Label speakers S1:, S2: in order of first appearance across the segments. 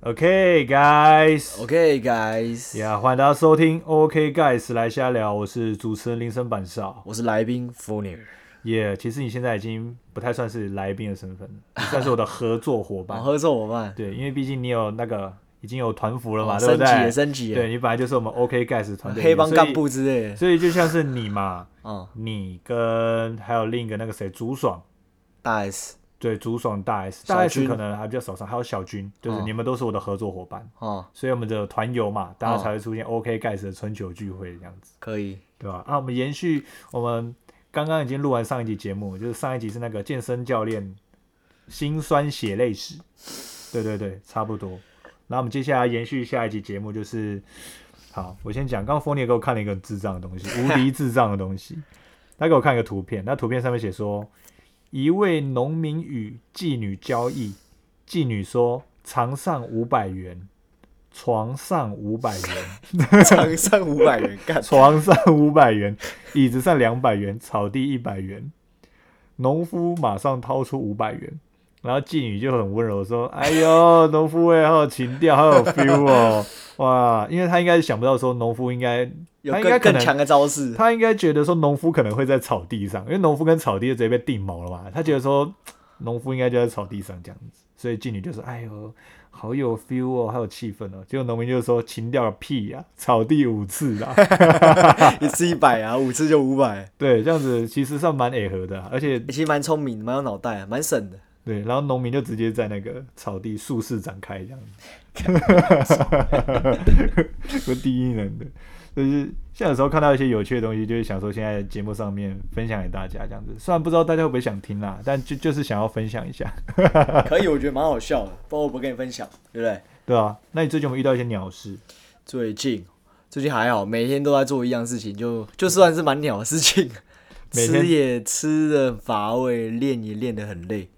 S1: OK guys，
S2: OK guys，、
S1: 呀、欢迎大家收听 OK guys 来瞎聊，我是主持人林森板少。
S2: 我是来宾 f o n i
S1: 嗯
S2: r
S1: 耶、其实你现在已经不太算是来宾的身份了， 你算是我的合作伙
S2: 好
S1: 伴。
S2: 合作伙伴，
S1: 对，因为毕竟你有那个已经有团服了嘛，
S2: 哦
S1: 对不
S2: 升级
S1: 对？
S2: 了升级了哦
S1: 对你本来就是我们 OK guys 团队
S2: 黑帮
S1: 里面
S2: 干，部之类的，
S1: 所以所以就像是你嘛，
S2: 嗯，
S1: 你跟还有另一个那个谁竹爽。
S2: 大 S，
S1: 对，竹爽大 S，
S2: 小
S1: 大 S
S2: 军
S1: 可能还比较少上，还有小军，就是
S2: 哦
S1: 你们都是我的合作伙伴，
S2: 哦，
S1: 所以我们的团游嘛，大家
S2: 哦
S1: 才会出现 OK guys 的春酒聚会这样子，
S2: 可 以，
S1: 对吧？啊，我们延续我们刚刚已经录完上一集节目，就是上一集是那个健身教练心酸血泪史，对对对，差不多。那我们接下来延续下一集节目就是，好，我先讲，刚刚 f o n i 给我看了一个很智障的东西，无敌智障的东西，他给我看一个图片，那图片上面写说，一位农民与妓女交易，妓女说床上五百元，床上五百元。
S2: 场上五百元干，
S1: 床上五百元，椅子上两百元，草地一百元。农夫马上掏出五百元，然后妓女就很温柔地说：“哎呦，农夫哎，好有情调，好有 feel 哦，哇！因为他应该是想不到说农夫应该，
S2: 有
S1: 他应该
S2: 更
S1: 可能
S2: 更强的招式，
S1: 他应该觉得说农夫可能会在草地上，因为农夫跟草地就直接被定毛了嘛。他觉得说农夫应该就在草地上这样子，所以妓女就说：哎呦，好有 feel 哦，好有气氛哦。结果农民就说：情调个屁呀、草地五次啊！
S2: 一次一百啊，五次就五百，
S1: 对，这样子其实算蛮违和的啊、而且
S2: 你其实蛮聪明，蛮有脑袋啊，蛮省 的，
S1: 对，然后农民就直接在那个草地竖式展开这样子， 我第一人的，就是像有时候看到一些有趣的东西，就是想说现在节目上面分享给大家这样子，虽然不知道大家会不会想听啦，但就就是想要分享一下，
S2: 可以，我觉得蛮好笑的，不然我不跟你分享，对不对？
S1: 对啊，那你最近有没有遇到一些鸟事？
S2: 最近最近还好，每天都在做一样事情，就就算是蛮鸟的事情，
S1: 每天
S2: 吃也吃的乏味，练也练得很累。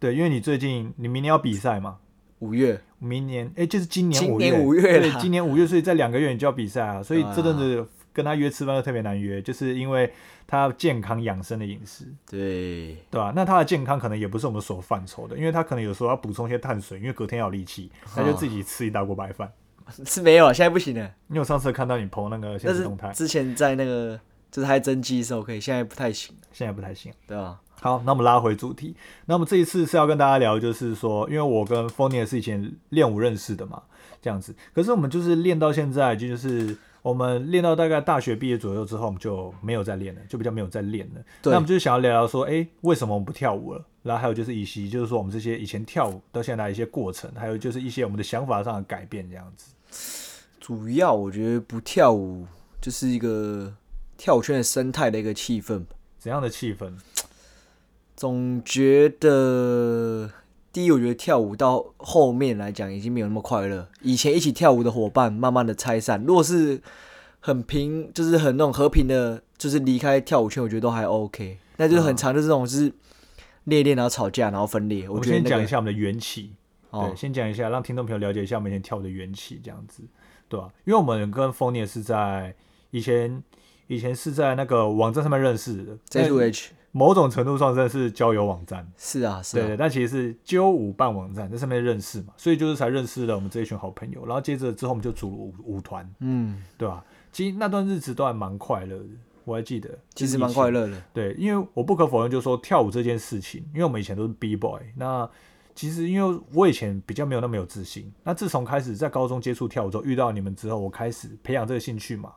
S1: 对，因为你最近你明年要比赛嘛，
S2: 五月
S1: 明年哎、就是今年
S2: 今
S1: 五
S2: 年五月
S1: 月对
S2: 啦，
S1: 今年五月，所以在两个月你就要比赛啊，所以
S2: 对啊
S1: 这阵子跟他约吃饭都特别难约，就是因为他健康养生的饮食，
S2: 对，
S1: 对吧、那他的健康可能也不是我们所范畴的，因为他可能有时候要补充一些碳水，因为隔天要有力气，他就自己吃一大锅白饭。
S2: 是没有，啊，现在不行了。
S1: 因为我上次看到你 PO 那个现
S2: 但
S1: 实
S2: 是
S1: 动态，
S2: 之前在那个就是还增肌的时候可以，现在不太行，
S1: 现在不太行。
S2: 对吧？
S1: 好，那我们拉回主题。那么这一次是要跟大家聊，就是说，因为我跟 f o n i 是以前练舞认识的嘛，这样子。可是我们就是练到现在，就是我们练到大概大学毕业左右之后，我们就没有再练了，就比较没有再练了。
S2: 对
S1: 那我们就是想要聊聊说，哎、为什么我们不跳舞了？然后还有就是以及就是说我们这些以前跳舞到现在的一些过程，还有就是一些我们的想法上的改变，这样子。
S2: 主要我觉得不跳舞就是一个跳舞圈的生态的一个气氛吧
S1: 怎样的气氛？
S2: 总觉得第一，我觉得跳舞到后面来讲已经没有那么快乐。以前一起跳舞的伙伴慢慢的拆散，如果是很平，就是很那种和平的，就是离开跳舞圈，我觉得都还 OK。那就是很长，就是这种就是裂裂，然后吵架，然后分裂。
S1: 我
S2: 我
S1: 们
S2: 觉得
S1: 先
S2: 那
S1: 讲
S2: 个
S1: 一下我们的缘起。
S2: 哦
S1: 对，，先讲一下，让听众朋友了解一下我们以前跳舞的缘起，这样子，对吧、因为我们跟 f o n i 是在以前以前是在那个网站上面认识的，
S2: 这
S1: 但
S2: two H
S1: 某种程度上算是交友网站，
S2: 是啊是
S1: 对
S2: 啊
S1: 对，但其实是揪舞办网站，在上面认识嘛，所以就是才认识了我们这一群好朋友，然后接着之后我们就组了舞舞团，
S2: 嗯，
S1: 对吧、其实那段日子都还蛮快乐的，我还记得，
S2: 其
S1: 就是
S2: 实
S1: 以
S2: 蛮
S1: 前
S2: 快乐的。
S1: 对，因为我不可否认，就是说跳舞这件事情，因为我们以前都是 B boy，那其实因为我以前比较没有那么有自信，那自从开始在高中接触跳舞之后，遇到你们之后，我开始培养这个兴趣嘛，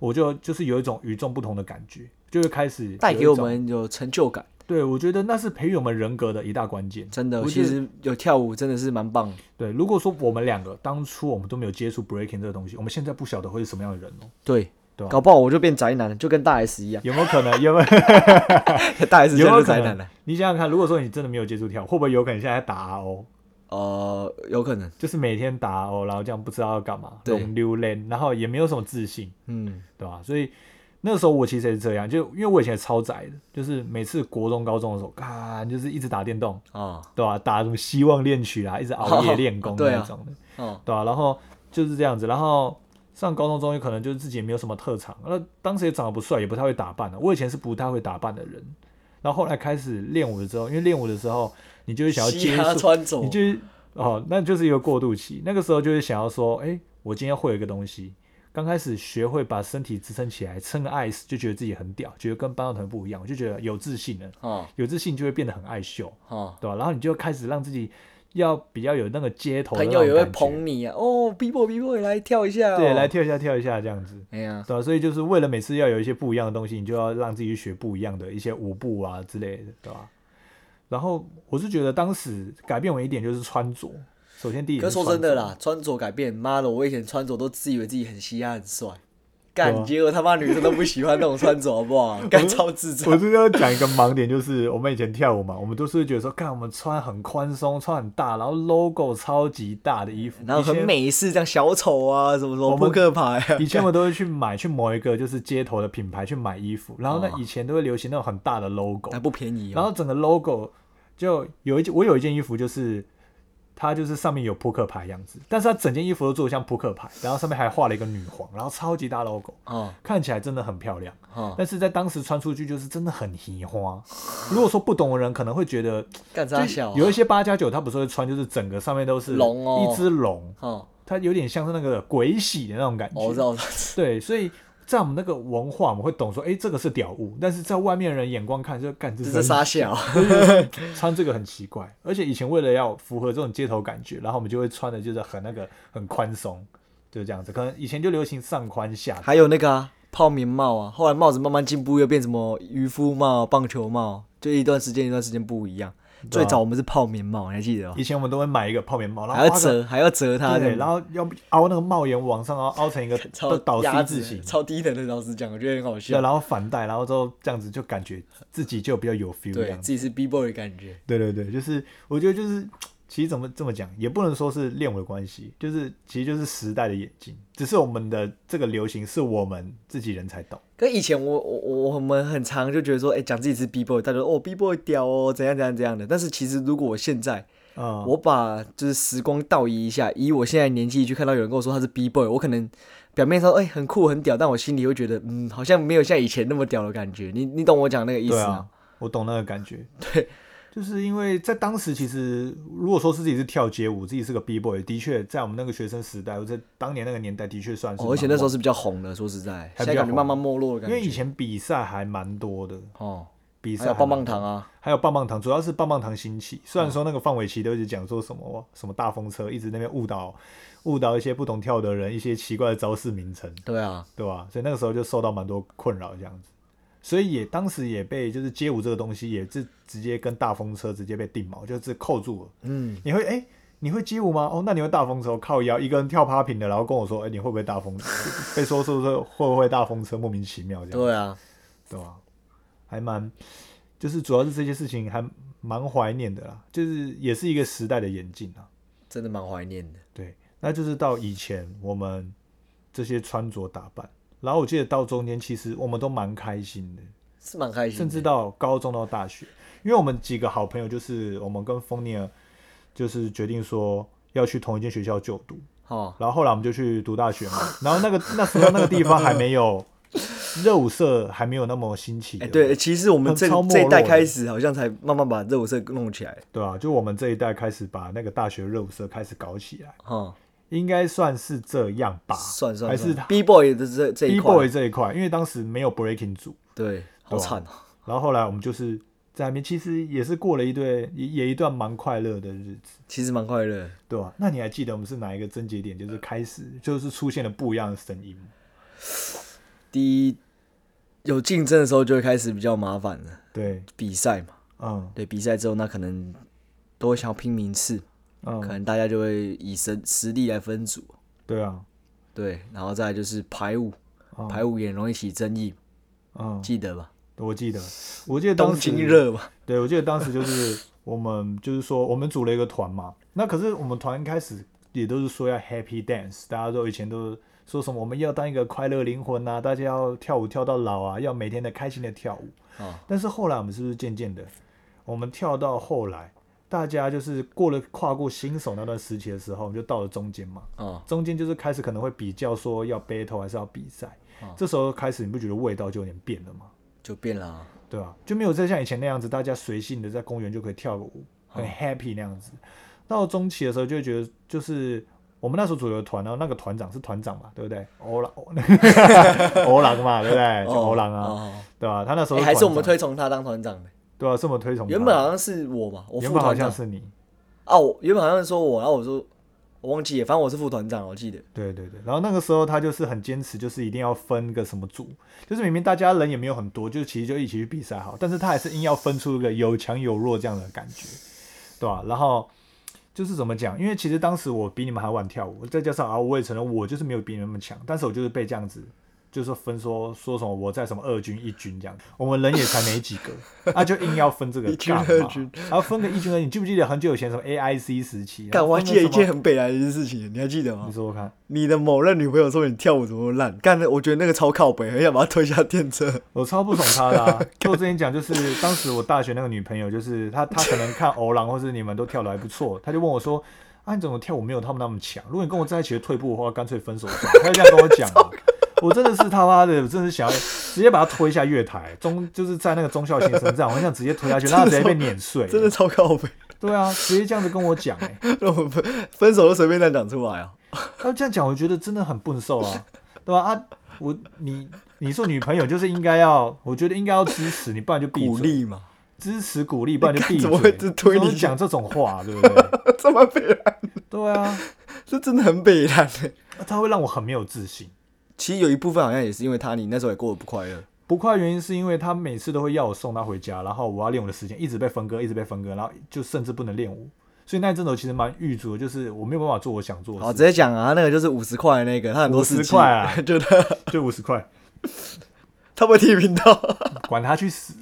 S1: 我就就是有一种与众不同的感觉，就会开始
S2: 带
S1: 有
S2: 给
S1: 一
S2: 我
S1: 种，
S2: 们有成就感，
S1: 对我觉得那是培育我们人格的一大关键。
S2: 真的。
S1: 我觉
S2: 其
S1: 得
S2: 实有跳舞真的是蛮棒的，
S1: 对，如果说我们两个当初我们都没有接触 breaking 这个东西，我们现在不晓得会是什么样的人哦，
S2: 对，
S1: 对啊
S2: 搞不好我就变宅男了，就跟大 S 一样，
S1: 有没有可能？有没有？
S2: 大 S
S1: 有没
S2: 现在
S1: 有
S2: 啊就
S1: 可
S2: 宅男
S1: 能
S2: 了。？
S1: 你想想看，如果说你真的没有接触跳舞，会不会有可能现在在打 RO？
S2: 呃，有可能，
S1: 就是每天打哦，然后这样不知道要干嘛，
S2: 对
S1: 容溜累，然后也没有什么自信，
S2: 嗯，
S1: 对吧？所以那时候我其实也是这样，就因为我以前也超宅的，就是每次国中、高中的时候，干就是一直打电动，
S2: 哦，
S1: 对吧？打什么希望恋曲啊，一直熬夜
S2: 哦
S1: 练 功
S2: 对
S1: 那
S2: 啊
S1: 种的，
S2: 哦，
S1: 对吧？然后就是这样子，然后上高中中也可能就是自己也没有什么特长，那当时也长得不帅，也不太会打扮的、啊我以前是不太会打扮的人，然后后来开始练舞的时候，因为练舞的时候，你就会想要
S2: 嘻
S1: 接
S2: 哈
S1: 触。
S2: 穿着
S1: 你，就是哦，那就是一个过渡期。那个时候就是想要说，哎，我今天会有一个东西，刚开始学会把身体支撑起来，撑个 ice 就觉得自己很屌，觉得跟班上同学不一样，我就觉得有自信了。
S2: 哦
S1: 有自信就会变得很爱秀，
S2: 哦，
S1: 对吧、然后你就开始让自己要比较有那个街头的
S2: 朋友也
S1: 那
S2: 会
S1: 种感觉，
S2: 捧你啊，哦，B boy B boy 来跳一下、哦，
S1: 对，来，跳一下跳一下这样子。
S2: 哎呀，
S1: 对啊，所以就是为了每次要有一些不一样的东西，你就要让自己去学不一样的一些舞步啊之类的，对吧、然后我是觉得当时改变我一点就是穿着，首先第一，
S2: 可是说真的，啦，穿着改变，妈的，我以前穿着都自以为自己很嘻哈很帅，
S1: 对啊
S2: 干，结果他妈女生都不喜欢那种穿着，好 不好？干超智障
S1: 我，是要讲一个盲点，就是我们以前跳舞嘛，我们都是觉得说，看我们穿很宽松，穿很大，然后 logo 超级大的衣服，
S2: 嗯然后很
S1: 以前。
S2: 美 式这样小丑啊，什么什
S1: 我
S2: 么
S1: 们
S2: 扑 克牌啊，
S1: 以前我都会去买，去某一个就是街头的品牌去买衣服，然后呢
S2: 哦，
S1: 以前都会流行那种很大的 logo，
S2: 还不便宜
S1: 然
S2: 哦，
S1: 后整个 logo 就有一件，我有一件衣服就是它就是上面有扑克牌样子，但是它整件衣服都做的像扑克牌，然后上面还画了一个女皇，然后超级大 logo，
S2: 哦
S1: 看起来真的很漂亮。
S2: 哦，
S1: 但是在当时穿出去就是真的很奇花。如果说不懂的人可能会觉 得，
S2: 干
S1: 就
S2: 啥
S1: 是
S2: 小啊，
S1: 有一些八加九他不是会穿，就是整个上面都是
S2: 龙哦
S1: 一只龙，
S2: 哦，
S1: 它有点像是那个鬼洗的那种感觉。
S2: 哦我知道， 我知
S1: 对，所以。在我们那个文化，我们会懂说，哎、这个是屌物，但是在外面人眼光看，就干这
S2: 道，这
S1: 真
S2: 是傻小，
S1: 穿这个很奇怪，而且以前为了要符合这种街头感觉，然后我们就会穿的就是很那个很宽松，就是这样子。可能以前就流行上宽下，
S2: 还有那个啊，泡棉帽啊，后来帽子慢慢进步，又变什么渔夫帽、棒球帽，就一段时间一段时间不一样。最早我们是泡棉帽，你还记得哦？
S1: 以前我们都会啊买一个泡棉帽，然后
S2: 还要
S1: 花个
S2: 折，还要折它，
S1: 对，
S2: 的，
S1: 然后要凹那个帽檐往上凹，凹成一个
S2: 超
S1: 倒
S2: 压
S1: C
S2: 制
S1: 字形，
S2: 超低等的。老师讲，我觉得很好
S1: 对，
S2: 笑。
S1: 然后反戴，然后之后这样子就感觉自己就比较有 feel 这
S2: 对
S1: 样子。
S2: 自己是 B boy 的感觉，
S1: 对对对，就是我觉得就是，其实怎么这么讲，也不能说是练我的关系，就是其实就是时代的眼睛，只是我们的这个流行是我们自己人才懂。
S2: 跟以前我我我我们很常就觉得说，哎、讲自己是 B boy，大家说哦 B boy 屌哦，怎样怎样怎样的。但是其实如果我现在
S1: 嗯，
S2: 我把就是时光倒移一下，以我现在年纪去看到有人跟我说他是 B boy，我可能表面上哎、很酷很屌，但我心里会觉得嗯好像没有像以前那么屌的感觉。你你懂我讲那个意思
S1: 对
S2: 吗
S1: 啊？，我懂那个感觉。
S2: 对，
S1: 就是因为在当时，其实如果说是自己是跳街舞，自己是个 B boy，的确在我们那个学生时代，或者当年那个年代，的确算是蛮
S2: 哦
S1: 红。
S2: 而且那时候是比较红的，说实在，
S1: 还比较
S2: 现在感觉
S1: 红
S2: 慢慢没落的感
S1: 因
S2: 觉。
S1: 为以前比赛还蛮多的，
S2: 哦，
S1: 比
S2: 还
S1: 赛
S2: 有
S1: 还
S2: 棒
S1: 蛮
S2: 棒糖嗯啊，
S1: 还有棒棒糖，主要是棒棒糖兴起。虽然说那个范玮琪都一直讲说什么什么大风车，一直那边误导误导一些不懂跳的人，一些奇怪的招式名称，
S2: 对啊，
S1: 对吧？所以那个时候就受到蛮多困扰这样子。所以也当时也被就是街舞这个东西也是直接跟大风车直接被定锚，就是扣住了。
S2: 嗯，
S1: 你会哎、你会街舞吗？哦，那你会大风车靠腰，一个人跳 popping 的，然后跟我说，哎、你会不会大风车？ 被说是不是会不会大风车，莫名其妙这样。
S2: 对啊，
S1: 对吧？还蛮，就是主要是这些事情还蛮怀念的啦，就是也是一个时代的演进啊。
S2: 真的蛮怀念的。
S1: 对，那就是到以前我们这些穿着打扮，然后我记得到中间其实我们都蛮开心的，
S2: 是蛮开心的，
S1: 甚至到高中到大学，因为我们几个好朋友就是我们跟丰尼尔就是决定说要去同一间学校就读，
S2: 哦，
S1: 然后后来我们就去读大学嘛，然后那个那时候那个地方还没有热舞社还没有那么兴起，
S2: 哎、对，其实我们
S1: 很
S2: 这
S1: 超没
S2: 这一代
S1: 落的
S2: 开始好像才慢慢把热舞社弄起来，
S1: 对啊，就我们这一代开始把那个大学热舞社开始搞起来，
S2: 哈、
S1: 应该算是这样吧？
S2: 哦算算
S1: 还是
S2: 算 B boy 的这这一
S1: B
S2: 块
S1: boy 这一块，因为当时没有 breaking 组，
S2: 对，好
S1: 对啊
S2: 惨哦、
S1: 然后后来我们就是在那边，其实也是过了一段也也一段蛮快乐的日子，
S2: 其实蛮快乐的。
S1: 对吧、那你还记得我们是哪一个症结点？就是开始就是出现了不一样的声音吗，
S2: 第一有竞争的时候就会开始比较麻烦了，
S1: 对，
S2: 比赛嘛，
S1: 嗯
S2: 对，比赛之后那可能都会想要拼名次，可
S1: 嗯，
S2: 能大家就会以实实力来分组，
S1: 对啊，
S2: 对，然后再来就是排舞，
S1: 嗯
S2: 排舞也容易起争议，
S1: 嗯，
S2: 记得吧？
S1: 我记得，我记得当
S2: 东
S1: 时
S2: 京热嘛，
S1: 对，我记得当时就是我们就是说我们组了一个团嘛，那可是我们团开始也都是说要 happy dance，大家都以前都说什么我们要当一个快乐灵魂啊，大家要跳舞跳到老啊，要每天的开心的跳舞。
S2: 哦，
S1: 但是后来我们是不是渐渐的，我们跳到后来，大家就是过了跨过新手那段时期的时候，我们就到了中间嘛，
S2: 哦，
S1: 中间就是开始可能会比较说要 battle 还是要比赛，这时候开始你不觉得味道就有点变了吗？
S2: 就变了啊、嗯
S1: 对啊，就没有再像以前那样子，大家随性的在公园就可以跳个舞，很 happy 那样子。到中期的时候就会觉得，就是我们那时候组的团呢，那个团长是团长嘛，对不对？欧郎， 欧郎嘛，对不
S2: 哎
S1: 对？就欧郎啊，
S2: 哦
S1: 对吧？他那时候
S2: 诶还是我嗯们
S1: 团长
S2: 推崇他当团长的。
S1: 对啊，是我们推崇他。
S2: 原本好像是我嘛，我
S1: 原
S2: 副
S1: 本好
S2: 团
S1: 像
S2: 长
S1: 是你，
S2: 啊，我原本好像说我，然后我说我忘记了，反正我是副团长，我记得。
S1: 对对对。然后那个时候他就是很坚持，就是一定要分个什么组，就是明明大家人也没有很多，就其实就一起去比赛好，但是他还是硬要分出一个有强有弱这样的感觉，对吧、然后就是怎么讲？因为其实当时我比你们还晚跳舞，再加上啊，我也承认我就是没有比你们那么强，但是我就是被这样子。就是说分说说什么我在什么二军一军这样，我们人也才没几个，啊就硬要分这个
S2: 一军
S1: 干嘛
S2: 二 军，
S1: 然后分个一军二军，你记不记得很久以前什么 AIC 时期？啊
S2: 干，我还记得一件
S1: 件，
S2: 很北来的事情，你还记得吗
S1: 你？说我看，
S2: 你的某任女朋友说你跳舞怎么烂，干的，我觉得那个超靠北，很想把她推下电 车。
S1: 我超不懂他的、 啊。就我之前讲，就是当时我大学那个女朋友，就是她，她可能看欧郎或是你们都跳的还不错，她就问我说：“啊，你怎么跳舞没有他们那么强？如果你跟我在一起会退步的话，干脆分手算。”她就这样跟我讲啊、我真的是他妈的，我真的是想要直接把她推下月台，中就是在那个中校新生站，我很想直接推 下去，让她直接被碾碎。
S2: 真的，超靠北，
S1: 对啊，直接这样子跟我讲、欸，
S2: 让我分分手都随便乱讲出来啊！
S1: 他这样讲，我觉得真的很笨兽啊，对吧？啊，我你你做女朋友就是应该要，我觉得应该要支持你，不然就闭
S2: 鼓
S1: 嘴。
S2: 励嘛，
S1: 支持鼓励，不然就闭嘴。
S2: 怎么会只推你
S1: 怎么讲这种话，对不 对？
S2: 这么北来，
S1: 对啊，
S2: 这真的很北来欸。
S1: 他会让我很没有自信。
S2: 其实有一部分好像也是因为他，你那时候也过得不快乐。
S1: 不快的原因是因为他每次都会要我送他回家，然后我要练我的时间一直被分割，一直被分割，然后就甚至不能练舞。所以那一阵子我其实蛮郁卒的，就是我没有办法做我想做
S2: 好，
S1: 的
S2: 直
S1: 事，
S2: 接讲啊，他那个就是五十块的那个，他很多事
S1: 50块 啊
S2: 就他
S1: 就五十块，
S2: 他不会踢频道。
S1: 管他去死。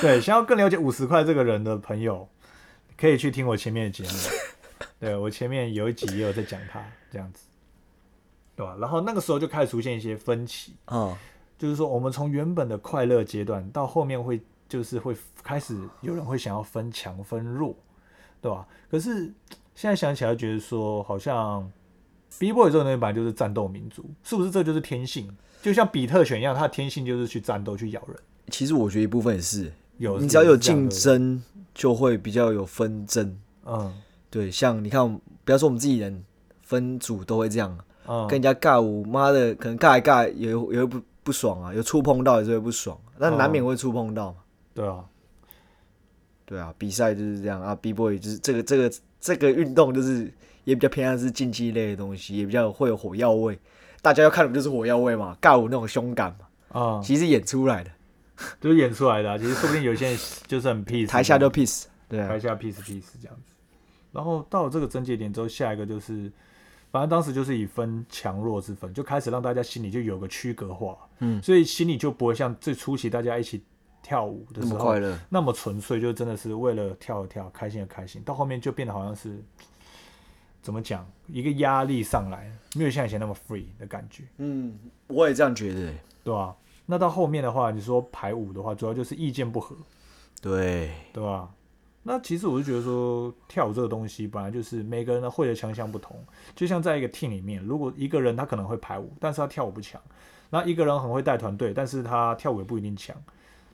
S1: 对，想要更了解五十块这个人的朋友，可以去听我前面的节目。对我前面有一集也有在讲他这样子，对吧、然后那个时候就开始出现一些分歧，
S2: 啊，
S1: 就是说我们从原本的快乐阶段到后面会就是会开始有人会想要分强分弱，对吧？可是现在想起来觉得说好像 B boy 这种东西本来就是战斗民族，是不是这就是天性？就像比特犬一样，它的天性就是去战斗去咬人。
S2: 其实我觉得一部分也是，
S1: 有
S2: 你只要有竞，
S1: 是
S2: 争，就会比较有纷争。
S1: 这样的嗯
S2: 对，像你看，不要说我们自己人分组都会这样，
S1: 嗯，
S2: 跟人家尬舞，妈的，可能尬一尬也也会不不爽啊，有触碰到也是会不爽，啊但难免会触碰到嘛。
S1: 对啊，
S2: 对啊，比赛就是这样啊，B boy 就是这个这个这个运动就是也比较偏向是竞技类的东西，也比较会有火药味。大家要看的不就是火药味嘛，尬舞那种凶感嘛，
S1: 啊、嗯，
S2: 其实演出来的，
S1: 就是演出来的、啊。其实说不定有些人就是很 peace，
S2: 台下就 peace。对啊
S1: 拍，下 piece piece 这样子。然后到了这个症结点之后，下一个就是，反正当时就是以分强弱之分，就开始让大家心里就有个区隔化，
S2: 嗯，
S1: 所以心里就不会像最初期大家一起跳舞的
S2: 那
S1: 时
S2: 么
S1: 候
S2: 快乐，
S1: 那么纯粹，就真的是为了跳而跳，开心而开心。到后面就变得好像是怎么讲，一个压力上来，没有像以前那么 free 的感觉。
S2: 嗯，我也这样觉得。
S1: 对吧、那到后面的话，你说排舞的话，主要就是意见不合，
S2: 对，
S1: 对吧？那其实我就觉得说，跳舞这个东西本来就是每个人的会的强项不同。就像在一个 team 里面，如果一个人他可能会排舞，但是他跳舞不强；那一个人很会带团队，但是他跳舞也不一定强，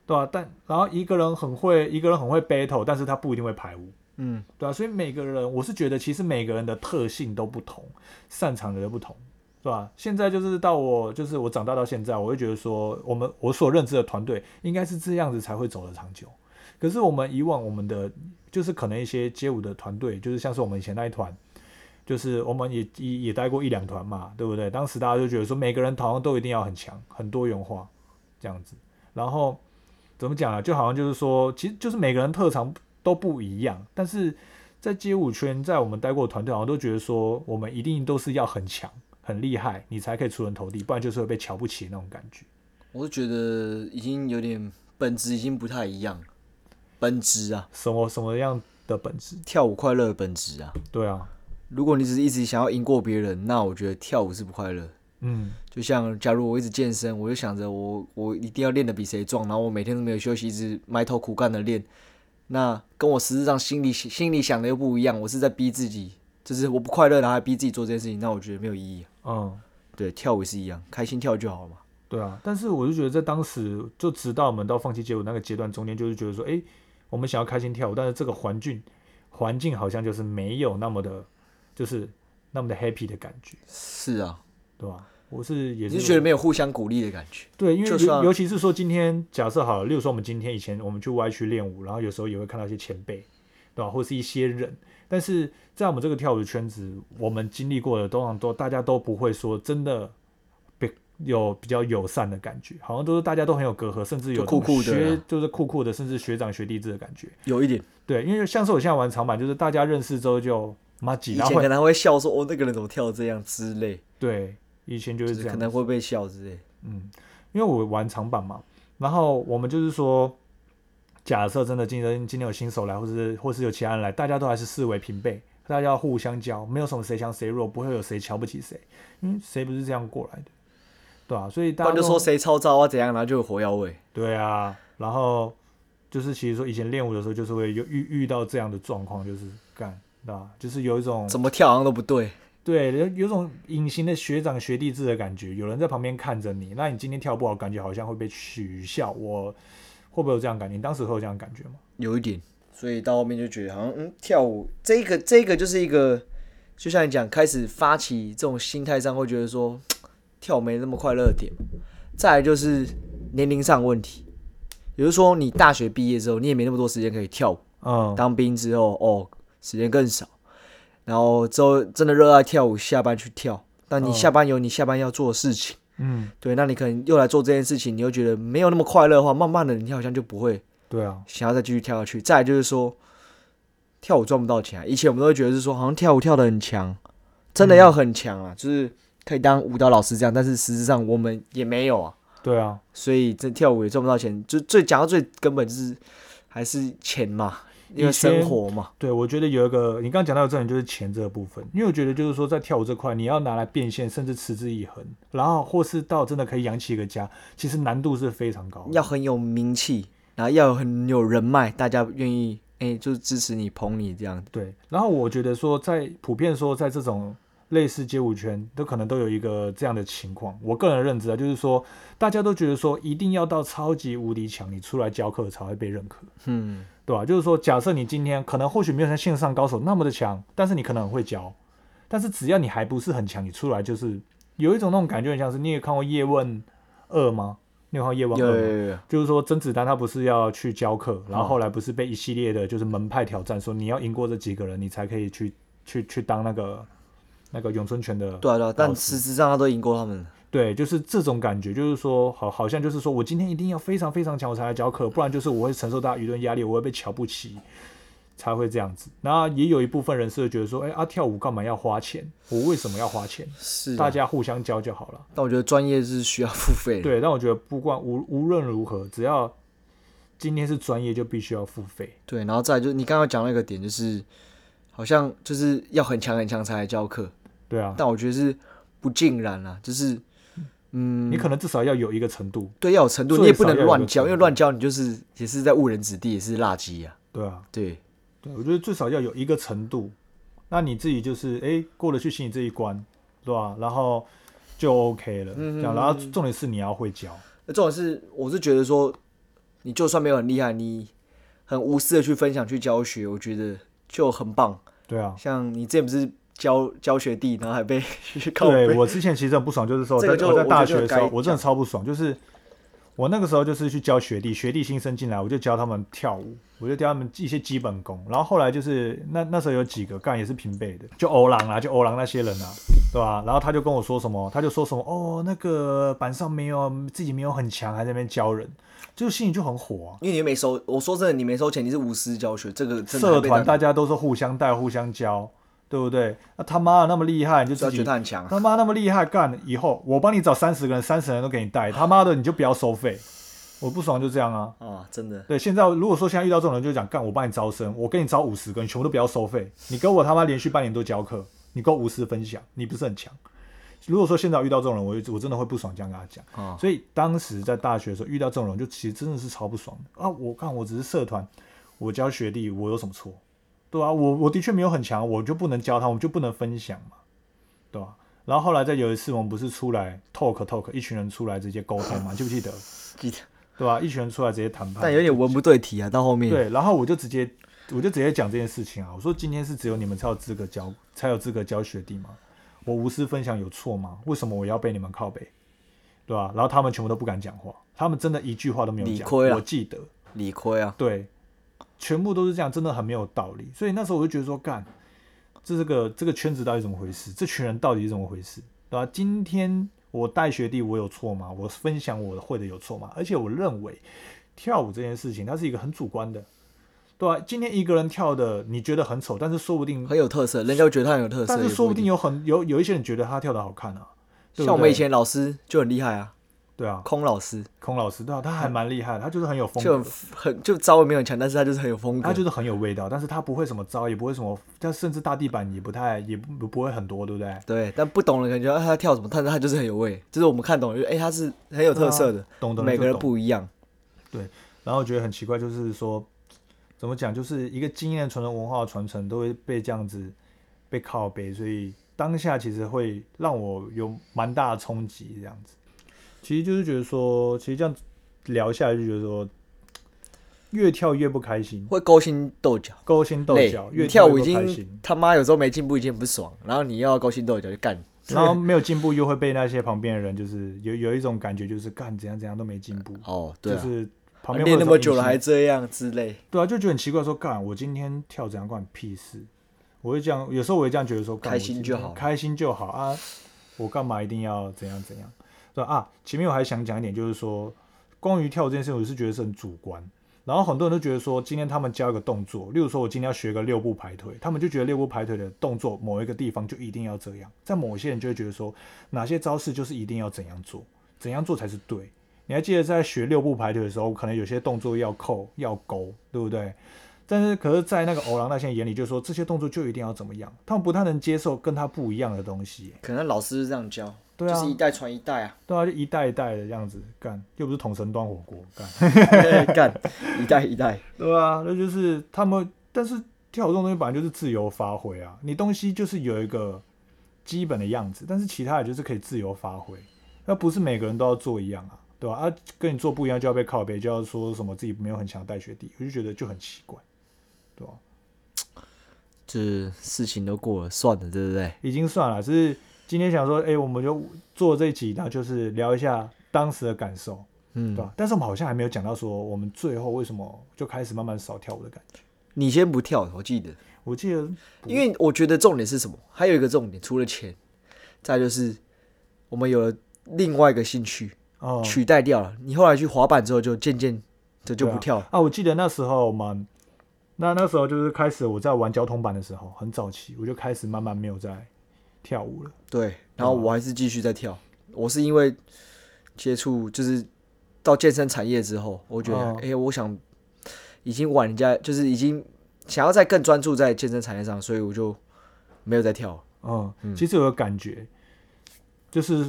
S1: 对吧、但然后一个人很会，一个人很会 battle，但是他不一定会排舞，
S2: 嗯，
S1: 对啊吧、所以每个人，我是觉得其实每个人的特性都不同，擅长的都不同，对吧？现在就是到我，就是我长大到现在，我会觉得说，我们我所认知的团队应该是这样子才会走得长久。可是我们以往我们的就是可能一些街舞的团队，就是像是我们以前那一团，就是我们也也也待过一两团嘛，对不对？当时大家就觉得说，每个人好像都一定要很强，很多元化这样子。然后怎么讲啊？就好像就是说，其实就是每个人特长都不一样，但是在街舞圈，在我们待过的团队，好像都觉得说，我们一定都是要很强、很厉害，你才可以出人头地，不然就是会被瞧不起的那种感觉。
S2: 我是觉得已经有点本质已经不太一样了，本质啊，
S1: 什么什么样的本质？
S2: 跳舞快乐的本质啊。
S1: 对啊，
S2: 如果你只是一直想要赢过别人，那我觉得跳舞是不快乐。
S1: 嗯，
S2: 就像假如我一直健身，我就想着我我一定要练得比谁壮，然后我每天都没有休息，一直埋头苦干的练，那跟我实质上心里心里想的又不一样，我是在逼自己，就是我不快乐，然后还逼自己做这件事情，那我觉得没有意义、啊。
S1: 嗯，
S2: 对，跳舞也是一样，开心跳就好了嘛。
S1: 对啊。但是我就觉得，在当时就直到我们到放弃街舞那个阶段中间，就是觉得说，诶，我们想要开心跳舞，但是这个环境环境好像就是没有那么的，就是那么的 happy 的感觉，
S2: 是啊，
S1: 对吧？我是也
S2: 你
S1: 是
S2: 是觉得没有互相鼓励的感觉？
S1: 对，因为
S2: 就
S1: 尤
S2: 算
S1: 尤其是说今天假设好了，例如说我们今天以前我们去 Y 区练舞，然后有时候也会看到一些前辈，对吧，或是一些人，但是在我们这个跳舞的圈子，我们经历过的通常都大家都不会说真的比有比较友善的感觉，好像都是大家都很有隔阂，甚至有
S2: 就酷酷的
S1: 学
S2: 啦
S1: 就是酷酷的，甚至学长学弟制的感觉。
S2: 有一点，
S1: 对，因为像是我现在玩长板，就是大家认识之后就妈几，
S2: 以
S1: 然
S2: 前
S1: 后会
S2: 可能会笑说哦，那个人怎么跳这样之类，
S1: 对以前就
S2: 就是是
S1: 这
S2: 可
S1: 样，
S2: 能会被笑之类。
S1: 嗯，因为我玩长板嘛，然后我们就是说，假设真的今天今天有新手来，或是或是有其他人来，大家都还是视为平辈，大家要互相教，没有什么谁强谁弱，不会有谁瞧不起谁，因为谁不是这样过来的，对啊，所以
S2: 不
S1: 大家
S2: 然就
S1: 都
S2: 说谁超招啊怎样，然后就有火药味。
S1: 对啊，然后就是其实说以前练舞的时候，就是会有遇遇到这样的状况，就是干，对吧？就是有一种
S2: 怎么跳好像都不对，
S1: 对，有有种隐形的学长学弟制的感觉，有人在旁边看着你，那你今天跳不好，感觉好像会被取笑。我会不会有这样感觉？你当时会有这样感觉吗？
S2: 有一点。所以到后面就觉得好像嗯，跳舞这个这个就是一个，就像你讲，开始发起这种心态上会觉得说嗯跳舞没那么快乐的点。再来就是年龄上的问题，比如说你大学毕业之后，你也没那么多时间可以跳舞。
S1: 嗯，
S2: 当兵之后，哦，时间更少，然后之后真的热爱跳舞，下班去跳。但你
S1: 嗯
S2: 下班有你下班要做的事情，
S1: 嗯，
S2: 对，那你可能又来做这件事情，你又觉得没有那么快乐的话，慢慢的你好像就不会
S1: 对啊，
S2: 想要再继续跳下去。再来就是说，跳舞赚不到钱啊、以前我们都会觉得是说，好像跳舞跳得很强，真的要很强啊，就是可以当舞蹈老师这样，但是实质上我们也没有啊，
S1: 对啊，
S2: 所以这跳舞也赚不到钱。就最讲到最根本就是还是钱嘛，因为
S1: 以前
S2: 生活嘛。
S1: 对，我觉得有一个你刚刚讲到的重点就是钱这个部分，因为我觉得就是说在跳舞这块，你要拿来变现，甚至持之以恒，然后或是到真的可以养起一个家，其实难度是非常高的。
S2: 要很有名气，然后要有很有人脉，大家愿意哎、就是支持你捧你这样。
S1: 对，然后我觉得说在，普遍说，在这种类似街舞圈，都可能都有一个这样的情况。我个人认知啊，就是说，大家都觉得说，一定要到超级无敌强，你出来教课才会被认可，
S2: 嗯，
S1: 对吧、就是说，假设你今天可能或许没有像线上高手那么的强，但是你可能很会教，但是只要你还不是很强，你出来就是有一种那种感觉，很像是你也看过《叶问二》吗？你有看过《叶
S2: 有
S1: 问二》
S2: 有
S1: 吗？
S2: 有有，
S1: 就是说甄子丹他不是要去教课，然后
S2: 嗯
S1: 后来不是被一系列的就是门派挑战，说你要赢过这几个人，你才可以去去去当那个那个咏春拳的。
S2: 对啊对啊，但
S1: 老师
S2: 实质上他都赢过他们了。
S1: 对，就是这种感觉，就是说好好像就是说我今天一定要非常非常强我才来教课，不然就是我会承受大家舆论压力，我会被瞧不起。才会这样子，那也有一部分人是觉得说，哎、啊，跳舞干嘛要花钱？我为什么要花钱？
S2: 是啊
S1: 大，家互相教就好了。
S2: 但我觉得专业是需要付费的。
S1: 对，但我觉得不管无无论如何，只要今天是专业，就必须要付费。
S2: 对，然后再来就是你刚刚讲那个点，就是好像就是要很强很强才来教课，
S1: 对啊，
S2: 但我觉得是不尽然啦，就是嗯
S1: 你，可能至少要有一个程度，
S2: 对要有程度，
S1: 最
S2: 你也不
S1: 少要
S2: 能
S1: 有
S2: 乱
S1: 个
S2: 教，
S1: 程
S2: 因为
S1: 度
S2: 乱教你就是也是在误人子弟，也是垃圾呀、
S1: 对啊，
S2: 对，
S1: 对，我觉得最少要有一个程度，那你自己就是哎、诶过得去心里这一关，对吧、然后就 OK 了，这样，然后重点是你要会教，
S2: 那重点是，我是觉得说，你就算没有很厉害，你很无私的去分享、去教学，我觉得就很棒。
S1: 对啊。
S2: 像你之前不是教教学弟，然后还 被去靠
S1: 对
S2: 背，
S1: 我之前其实很不爽，就是说我
S2: 这个
S1: 在
S2: 就
S1: 我在
S2: 我
S1: 大学
S2: 觉得
S1: 的时
S2: 该
S1: 候，我真的超不爽，就是我那个时候就是去教学弟，学弟新生进来，我就教他们跳舞，我就教他们一些基本功，然后后来就是那那时候有几个干也是平辈的，就欧郎啦，就欧郎那些人啊，对吧、然后他就跟我说什么，他就说什么哦，那个板上没有自己没有很强，还在那边教人，就心里就很火啊。
S2: 因为你没收。我说真的，你没收钱，你是无私教学，这个真的
S1: 社
S2: 还被
S1: 团
S2: 大
S1: 大家都是互相带、互相教，对不对？那、他妈的那么厉害，你就
S2: 只要
S1: 自
S2: 觉
S1: 己
S2: 得他很强啊，
S1: 他妈那么厉害，干以后我帮你找三十个人，三十人都给你带，他妈的你就不要收费，我不爽就这样啊。
S2: 啊真的
S1: 对，现在如果说现在遇到这种人，就讲干，我帮你招生，我给你招五十个，你全部都不要收费，你给我他妈连续半年都教课，你给我无私分享，你不是很强？如果说现在遇到这种人，我就我真的会不爽，这样跟他讲。
S2: 啊，
S1: 所以当时在大学的时候遇到这种人，就其实真的是超不爽的啊！我看我只是社团，我教学弟，我有什么错？对啊，我我的确没有很强，我就不能教他，我就不能分享嘛，对吧、然后后来再有一次，我们不是出来 talk talk，一群人出来直接沟通嘛，记不记得？
S2: 记得
S1: 对吧、一群人出来直接谈判，
S2: 但有点文不对题啊，到后面
S1: 对，然后我就直接我就直接讲这件事情啊。我说今天是只有你们才有资格教，才有资格教学弟吗？我无私分享有错吗？为什么我要被你们靠背？对吧、然后他们全部都不敢讲话，他们真的一句话都没有
S2: 理
S1: 讲。
S2: 亏啊
S1: 我记得，
S2: 理亏啊，
S1: 对，全部都是这样，真的很没有道理。所以那时候我就觉得说，干，这这个这个圈子到底怎么回事？这群人到底是怎么回事？对吧、今天我带学弟，我有错吗？我分享我会的有错吗？而且我认为跳舞这件事情，它是一个很主观的，对吧、今天一个人跳的，你觉得很丑，但是说不定，
S2: 很有特色，人家会觉得他很有特色，
S1: 但是
S2: 也
S1: 说不
S2: 一
S1: 定有很有有一些人觉得他跳的好看啊。对不
S2: 像我们
S1: 对
S2: 以前老师就很厉害啊，
S1: 对啊，
S2: 空老师
S1: 孔老师对啊，他还蛮厉害的，他就是很有风格
S2: 嗯就，很很就招也没有很强，但是他就是很有风
S1: 它
S2: 格
S1: 就，是很有味道，但是它不会什么糟，也不会什么，它甚至大地板也不太，也不不会很多，对不对？
S2: 对，但不懂的感觉得啊他跳什么，但是他就是很有味，就是我们看懂了，就哎、他是很有特色的，
S1: 懂得
S2: 每个人
S1: 啊懂。
S2: 不一样，
S1: 然后我觉得很奇怪，就是说，怎么讲，就是一个经验的传承、文化的传承都会被这样子被靠背，所以当下其实会让我有蛮大的冲击，这样子。其实就是觉得说，其实这样聊下来就觉得说，越跳越不开心，
S2: 会勾心斗角，
S1: 勾心斗
S2: 累
S1: 角，，越
S2: 你跳舞
S1: 越
S2: 已
S1: 不开
S2: 经
S1: 心。
S2: 他妈有时候没进步，已经很不爽，然后你又要勾心斗角就干，
S1: 然后没有进步，又会被那些旁边的人，就是有有一种感觉，就是干怎样怎样都没进步，
S2: 哦，对
S1: 就
S2: 啊，
S1: 是旁
S2: 啊
S1: 边会有
S2: 练那么久了
S1: 这种
S2: 还
S1: 隐形
S2: 这样之类，
S1: 对啊，就觉得很奇怪说干我今天跳怎样关你屁事？我会这样，有时候我会这样觉得说，干
S2: 开心
S1: 我今天
S2: 就好
S1: 开心就好啊，我干嘛一定要怎样怎样？对啊，啊前面我还想讲一点，就是说关于跳这件事，我是觉得是很主观。然后很多人都觉得说，今天他们教一个动作，例如说我今天要学个六步排腿，他们就觉得六步排腿的动作某一个地方就一定要这样，在某些人就会觉得说，哪些招式就是一定要怎样做，怎样做才是对。你还记得在学六步排腿的时候，可能有些动作要扣要勾，对不对？但是可是，在那个欧郎那些人眼里，就说这些动作就一定要怎么样，他们不太能接受跟他不一样的东西。
S2: 可能老师是这样教，
S1: 对啊
S2: 就是一代传一代啊，
S1: 对啊，就一代一代的这样子干，又不是统神端火锅干。
S2: 干一代一代，
S1: 对啊，那就是他们，但是跳舞这种东西本来就是自由发挥啊，你东西就是有一个基本的样子，但是其他也就是可以自由发挥，那不是每个人都要做一样啊，对吧、啊？跟你做不一样就要被靠背，就要说什么自己没有很强带学弟，我就觉得就很奇怪，对吧、
S2: 就是事情都过了，算了，对不对？
S1: 已经算了，只是今天想说，哎、我们就做这一集，然后就是聊一下当时的感受，对吧、
S2: 嗯，
S1: 但是我们好像还没有讲到说，我们最后为什么就开始慢慢少跳舞的感觉。
S2: 你先不跳，我记得，
S1: 我记得
S2: 因为我觉得重点是什么？还有一个重点，除了钱，再就是我们有了另外一个兴趣、
S1: 哦，
S2: 取代掉了。你后来去滑板之后，就渐渐的就
S1: 对
S2: 不跳了。
S1: 啊。我记得那时候嘛，那那时候就是开始我在玩交通版的时候，很早期，我就开始慢慢没有在跳舞了。
S2: 对，啊然后我还是继续在跳。我是因为接触就是到健身产业之后，我觉得哎
S1: 哦、
S2: 诶我想已经晚人家，就是已经想要再更专注在健身产业上，所以我就没有再跳了。
S1: 嗯，其实有个感觉，就是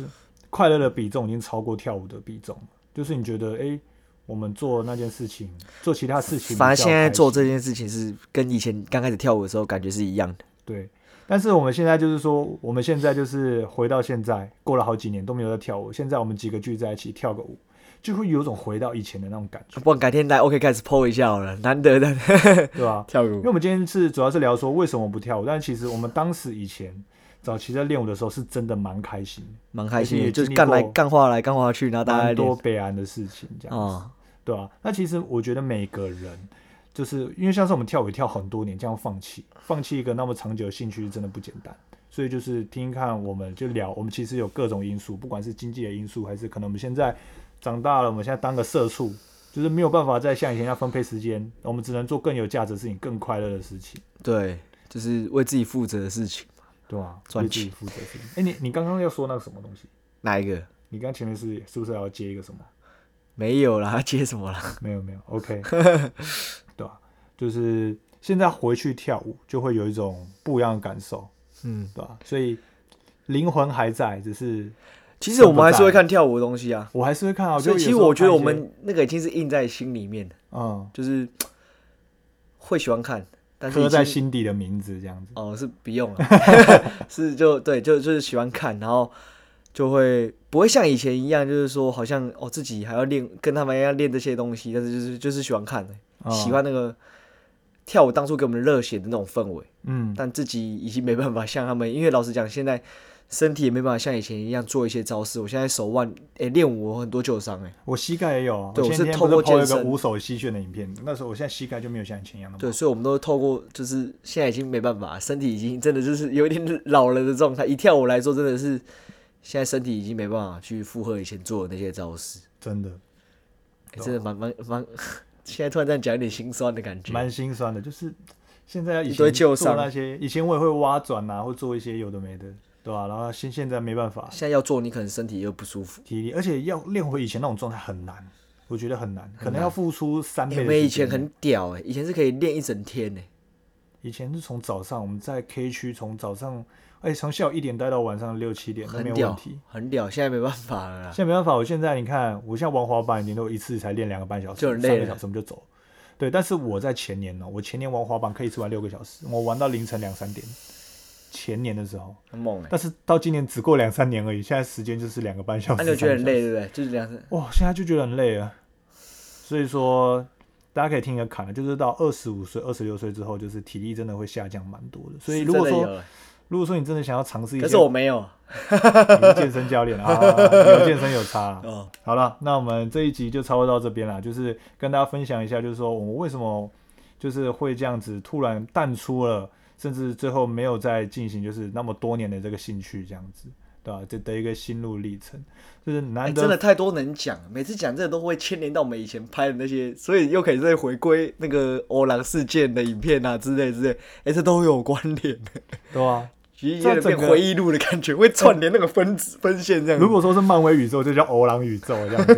S1: 快乐的比重已经超过跳舞的比重了，就是你觉得哎、诶我们做那件事情，做其他事情比较开心，
S2: 反而现在做这件事情是跟以前刚开始跳舞的时候感觉是一样的。
S1: 对。但是我们现在就是说，我们现在就是回到现在，过了好几年都没有在跳舞。现在我们几个聚在一起跳个舞，就会有种回到以前的那种感觉，
S2: 不然改天来 OK 开始 PO 一下好了，难得 的
S1: 对吧、
S2: 跳个
S1: 因
S2: 舞
S1: 为。我们今天是主要是聊说为什么不跳舞，但其实我们当时以前早期在练舞的时候是真的蛮开心的，
S2: 蛮开
S1: 而且
S2: 心的，
S1: 也
S2: 就是
S1: 经历
S2: 干来
S1: 过
S2: 干话来干话去，然后大家
S1: 蛮多
S2: 练
S1: 北安的事情这样子，
S2: 啊，
S1: 对吧、那其实我觉得每个人就是因为像是我们跳舞也跳很多年，这样放弃放弃一个那么长久的兴趣真的不简单。所以就是听听看，我们就聊，我们其实有各种因素，不管是经济的因素，还是可能我们现在长大了，我们现在当个社畜，就是没有办法再像以前要分配时间，我们只能做更有价值的事情，更快乐的事情。
S2: 对，就是为自己负责的事情。
S1: 对啊，
S2: 赚
S1: 为自己负责是。哎、你你刚刚要说那个什么东西？
S2: 哪一个？
S1: 你刚前面是是不是还要接一个什么？
S2: 没有啦， 接什么啦？
S1: 没有没有，OK，对啊，就是现在回去跳舞就会有一种不一样的感受，
S2: 嗯，
S1: 对吧、所以灵魂还在，只是
S2: 其实我们还是会看跳舞的东西啊。
S1: 我还是会看啊。
S2: 所
S1: 就
S2: 以
S1: 有
S2: 其实
S1: 时候
S2: 我觉得
S1: 看
S2: 我
S1: 一些
S2: 们那个已经是印在心里面的，
S1: 嗯
S2: 就是会喜欢看，但是
S1: 刻
S2: 已
S1: 在
S2: 经
S1: 心底的名字这样子。
S2: 哦是不用了， 是就对就就是喜欢看，然后就会不会像以前一样，就是说好像哦自己还要练跟他们一样练这些东西，但是就是就是喜欢看、
S1: 嗯
S2: 喜欢那个跳舞当初给我们热血的那种氛围，
S1: 嗯，
S2: 但自己已经没办法像他们，因为老实讲，现在身体也没办法像以前一样做一些招式。我现在手腕，诶、练舞我很多旧伤，诶，
S1: 我膝盖也有，啊
S2: 对
S1: 我
S2: 我
S1: 前
S2: 是
S1: 天
S2: 透
S1: 不是
S2: 过
S1: PO 了一
S2: 健
S1: 个
S2: 身
S1: 无手吸血的影片，那时候我现在膝盖就没有像以前一样那么
S2: 对，所以我们都透过就是现在已经没办法，身体已经真的就是有一点老了的状态。一跳舞来说，真的是现在身体已经没办法去负荷以前做的那些招式，
S1: 真的
S2: 诶
S1: 啊
S2: 真的蛮蛮蛮， 现在突然这样讲有点心酸的感觉。
S1: 蛮心酸的，就是现在以
S2: 一堆
S1: 前
S2: 旧
S1: 做
S2: 伤
S1: 那些，以前我也会挖转啊，会做一些有的没的，对吧、然后现现在没办法
S2: 现在要做，你可能身体又不舒服。
S1: 体力，而且要练回以前那种状态很难，我觉得很难，可能要付出三
S2: 诶
S1: 倍
S2: 哎我
S1: 的
S2: 们以
S1: 时
S2: 前
S1: 间。
S2: 很屌诶、以前是可以练一整天哎诶、
S1: 以前是从早上我们在 K 区，从早上哎从下午一点待到晚上六七点都没
S2: 很
S1: 有问
S2: 屌
S1: 题。，
S2: 很屌，现在没办法了啦
S1: 现。在没办法，我现在你看，我现在玩滑板顶多一次才练两个半小时，
S2: 就很累
S1: 三个
S2: 了
S1: 小时我们就走。对，但是我在前年呢、哦我前年玩滑板可以一次玩六个小时，我玩到凌晨两三点。前年的时候，
S2: 很猛哎、欸。
S1: 但是到今年只过两三年而已，现在时间就是两个半小时。
S2: 那、你有觉得很
S1: 三个
S2: 累，对不对？就是这样子。
S1: 小时。哇，现在就觉得很累啊。所以说，大家可以听一个坎了，就是到二十五岁、二十六岁之后，就是体力真的会下降蛮多的。所以如果
S2: 是真的
S1: 说，
S2: 有欸
S1: 如果说你真的想要尝试一
S2: 可
S1: 些，
S2: 是我没有。
S1: 你是健身教练啊， 有健身有差啊、
S2: 哦，
S1: 好了，那我们这一集就差不多到这边啦，就是跟大家分享一下，就是说我们为什么就是会这样子突然淡出了，甚至最后没有再进行就是那么多年的这个兴趣这样子，对吧、这的一个心路历程，就是
S2: 哎、
S1: 难
S2: 真
S1: 得
S2: 的太多能讲，每次讲这个都会牵连到我们以前拍的那些，所以又可以再回归那个欧郎事件的影片啊之类之类，哎、这都有关联。
S1: 对啊吧、
S2: 其实有
S1: 这
S2: 点
S1: 整个
S2: 变回忆录的感觉，会串联那个分子分线这样子。
S1: 如果说是漫威宇宙，就叫欧朗宇宙这样子，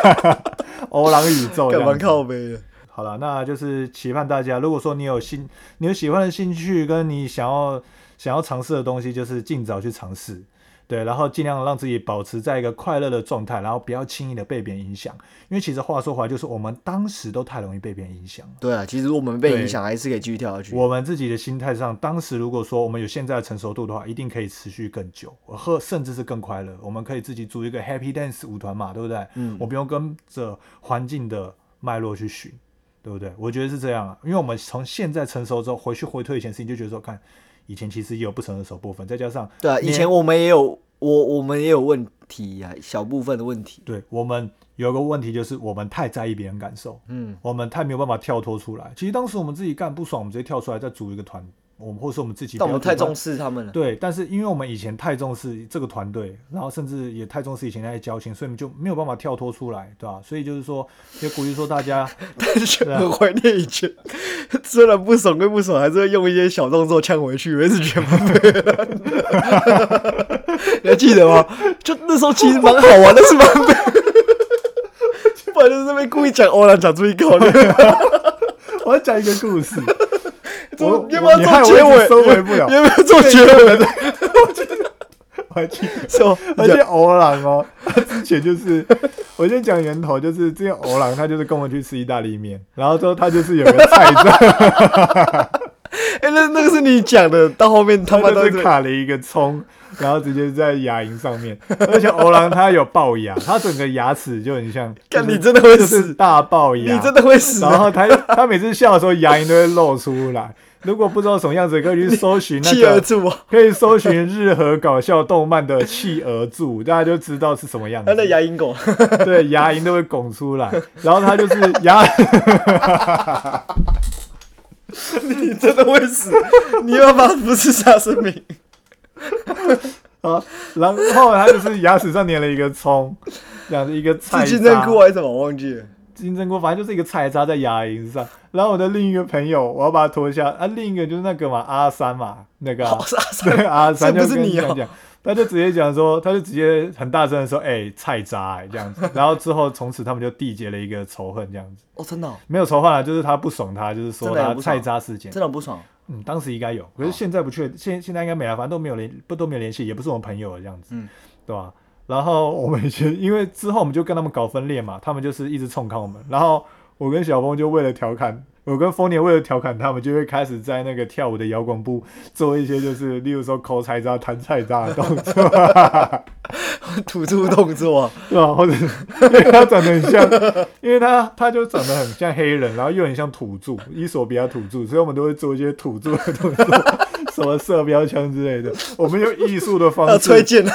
S1: 欧朗宇宙这
S2: 干嘛
S1: 样子。
S2: 靠背的？
S1: 好了，那就是期盼大家，如果说你有兴，你有喜欢的兴趣，跟你想要想要尝试的东西，就是尽早去尝试，对，然后尽量让自己保持在一个快乐的状态，然后不要轻易的被别人影响，因为其实话说回来，就是我们当时都太容易被别人影响了。
S2: 对啊，其实我们被
S1: 对
S2: 影响还是可以继续跳下去。
S1: 我们自己的心态上，当时如果说我们有现在的成熟度的话，一定可以持续更久，和甚至是更快乐。我们可以自己组一个 Happy Dance 舞团嘛，对不对？
S2: 嗯
S1: 我不用跟着环境的脉络去寻，对不对？我觉得是这样啊，因为我们从现在成熟之后，回去回推以前的事情，就觉得说，看以前其实也有不成熟的手部分，再加上
S2: 对啊，以前我们也有我我们也有问题啊，小部分的问题。
S1: 对我们有个问题就是我们太在意别人感受，
S2: 嗯，
S1: 我们太没有办法跳脱出来。其实当时我们自己干不爽，我们直接跳出来再组一个团，我们或者是我们自己不
S2: 但
S1: 要
S2: 我
S1: 组团，
S2: 们太重视他们了。
S1: 对，但是因为我们以前太重视这个团队，然后甚至也太重视以前那些交情，所以我们就没有办法跳脱出来，对吧、所以就是说，也鼓励说大家，
S2: 但是
S1: 啊
S2: 很怀念以前，虽然不爽归不爽，还是会用一些小动作呛回去，我一直觉得蛮北 蓝的你还记得吗？ 就那时候其实蛮好玩的，是蛮北蓝。不然就是那边故意讲哦欧然讲出一口，
S1: 我要讲一个故事，
S2: 怎么
S1: 我
S2: 要不
S1: 我
S2: 要
S1: 你
S2: 做
S1: 害我
S2: 结
S1: 一直
S2: 尾？
S1: 收尾 不了，
S2: 要不要做结尾？
S1: 我还记得
S2: 是吗？
S1: 而 且欧朗哦，他之前就是，我先讲源头，就是之前欧朗他就是跟我去吃意大利面，然后之后他就是有个 菜单，
S2: 哎、那那个是你讲的，到后面他
S1: 他
S2: 妈
S1: 就
S2: 都
S1: 是卡了一个葱，然后直接在牙龈上面，而且欧朗他有龅牙，他整个牙齿就很像，
S2: 干
S1: 就是
S2: 你真的会
S1: 就是
S2: 死，
S1: 大龅牙，
S2: 你真的会死
S1: 然
S2: 啊！
S1: 后他他每次笑的时候牙龈都会露出来。如果不知道什么样子，可以去搜寻那
S2: 气而
S1: 个，嗯
S2: 住啊！
S1: 可以搜寻日和搞笑动漫的企鹅柱，大家就知道是什么样
S2: 他
S1: 子
S2: 的。牙龈 狗，
S1: 对，牙龈都会拱出来，然后他就是牙，
S2: 你真的会死！ 你要发不是杀生命。
S1: 啊然后他就是牙齿上粘了一个葱，这样子一个菜
S2: 是金针
S1: 渣，
S2: 菇还啊是什么？我忘记了。
S1: 金针菇，反正就是一个菜渣在牙龈上。然后我的另一个朋友，我要把他拖下啊，另一个就是那个嘛阿三嘛，那个啊、
S2: 好杀生，
S1: 对阿三
S2: 哦这
S1: 就
S2: 不是
S1: 跟
S2: 你哦
S1: 讲讲，他就直接讲说，他就直接很大声的说，哎、菜渣、哎这样子。然后之后从此他们就缔结了一个仇恨，这样子
S2: 哦，真的哦，
S1: 没有仇恨啊，就是他不爽他，就是说
S2: 真的有
S1: 他
S2: 不爽
S1: 菜渣事件
S2: 真。哦的很不 爽。
S1: 嗯，当时应该有，可是现在不确，现现在应该没了，反正都没有联，不都没有联系，也不是我们朋友了这样子，
S2: 嗯
S1: 对吧？然后我们以前因为之后我们就跟他们搞分裂嘛，他们就是一直冲康我们，然后我跟小峰就为了调侃，我跟丰年为了调侃他们，就会开始在那个跳舞的摇滚步做一些，就是例如说抠菜渣、弹菜渣的动作，
S2: 吐出动 作，
S1: 对吧？或者因为他长得很像，因为他他就长得很像黑人，然后又很像土著，伊索比亚土著，所以我们都会做一些土著的动作，什么射标枪之类的。 我们用艺术的方
S2: 要啊
S1: 式，
S2: 吹剑，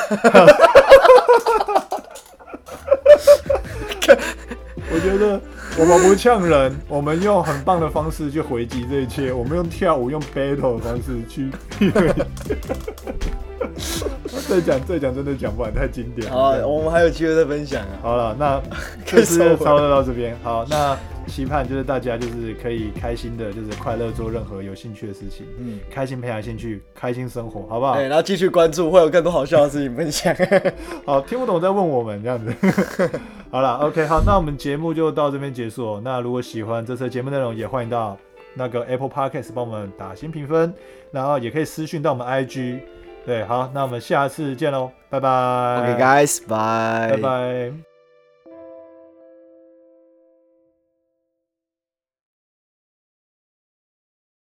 S1: 我觉得我们不呛人，我们用很棒的方式去回击这一切。我们用跳舞、用 battle 的方式 去。 再讲再讲真的讲不完，太经典了。
S2: 好啊，我们还有机会再分享啊。
S1: 好了， 那这次就操作到这边。好，那期盼就是大家就是可以开心的，就是快乐做任何有兴趣的事情，
S2: 嗯，
S1: 开心培养兴趣，开心生活，好不好？
S2: 哎对，然后继续关注，会有更多好笑的事情分享。
S1: 好，听不懂再问我们这样子。 好了，OK，好，那我们节目就到这边结束、哦。那如果喜欢这次的节目内容，也欢迎到那个 Apple Podcast 帮我们打新评分，然后也可以私讯到我们 IG。对，好，那我们下次见喽，拜拜。
S2: OK，guys，
S1: 拜拜。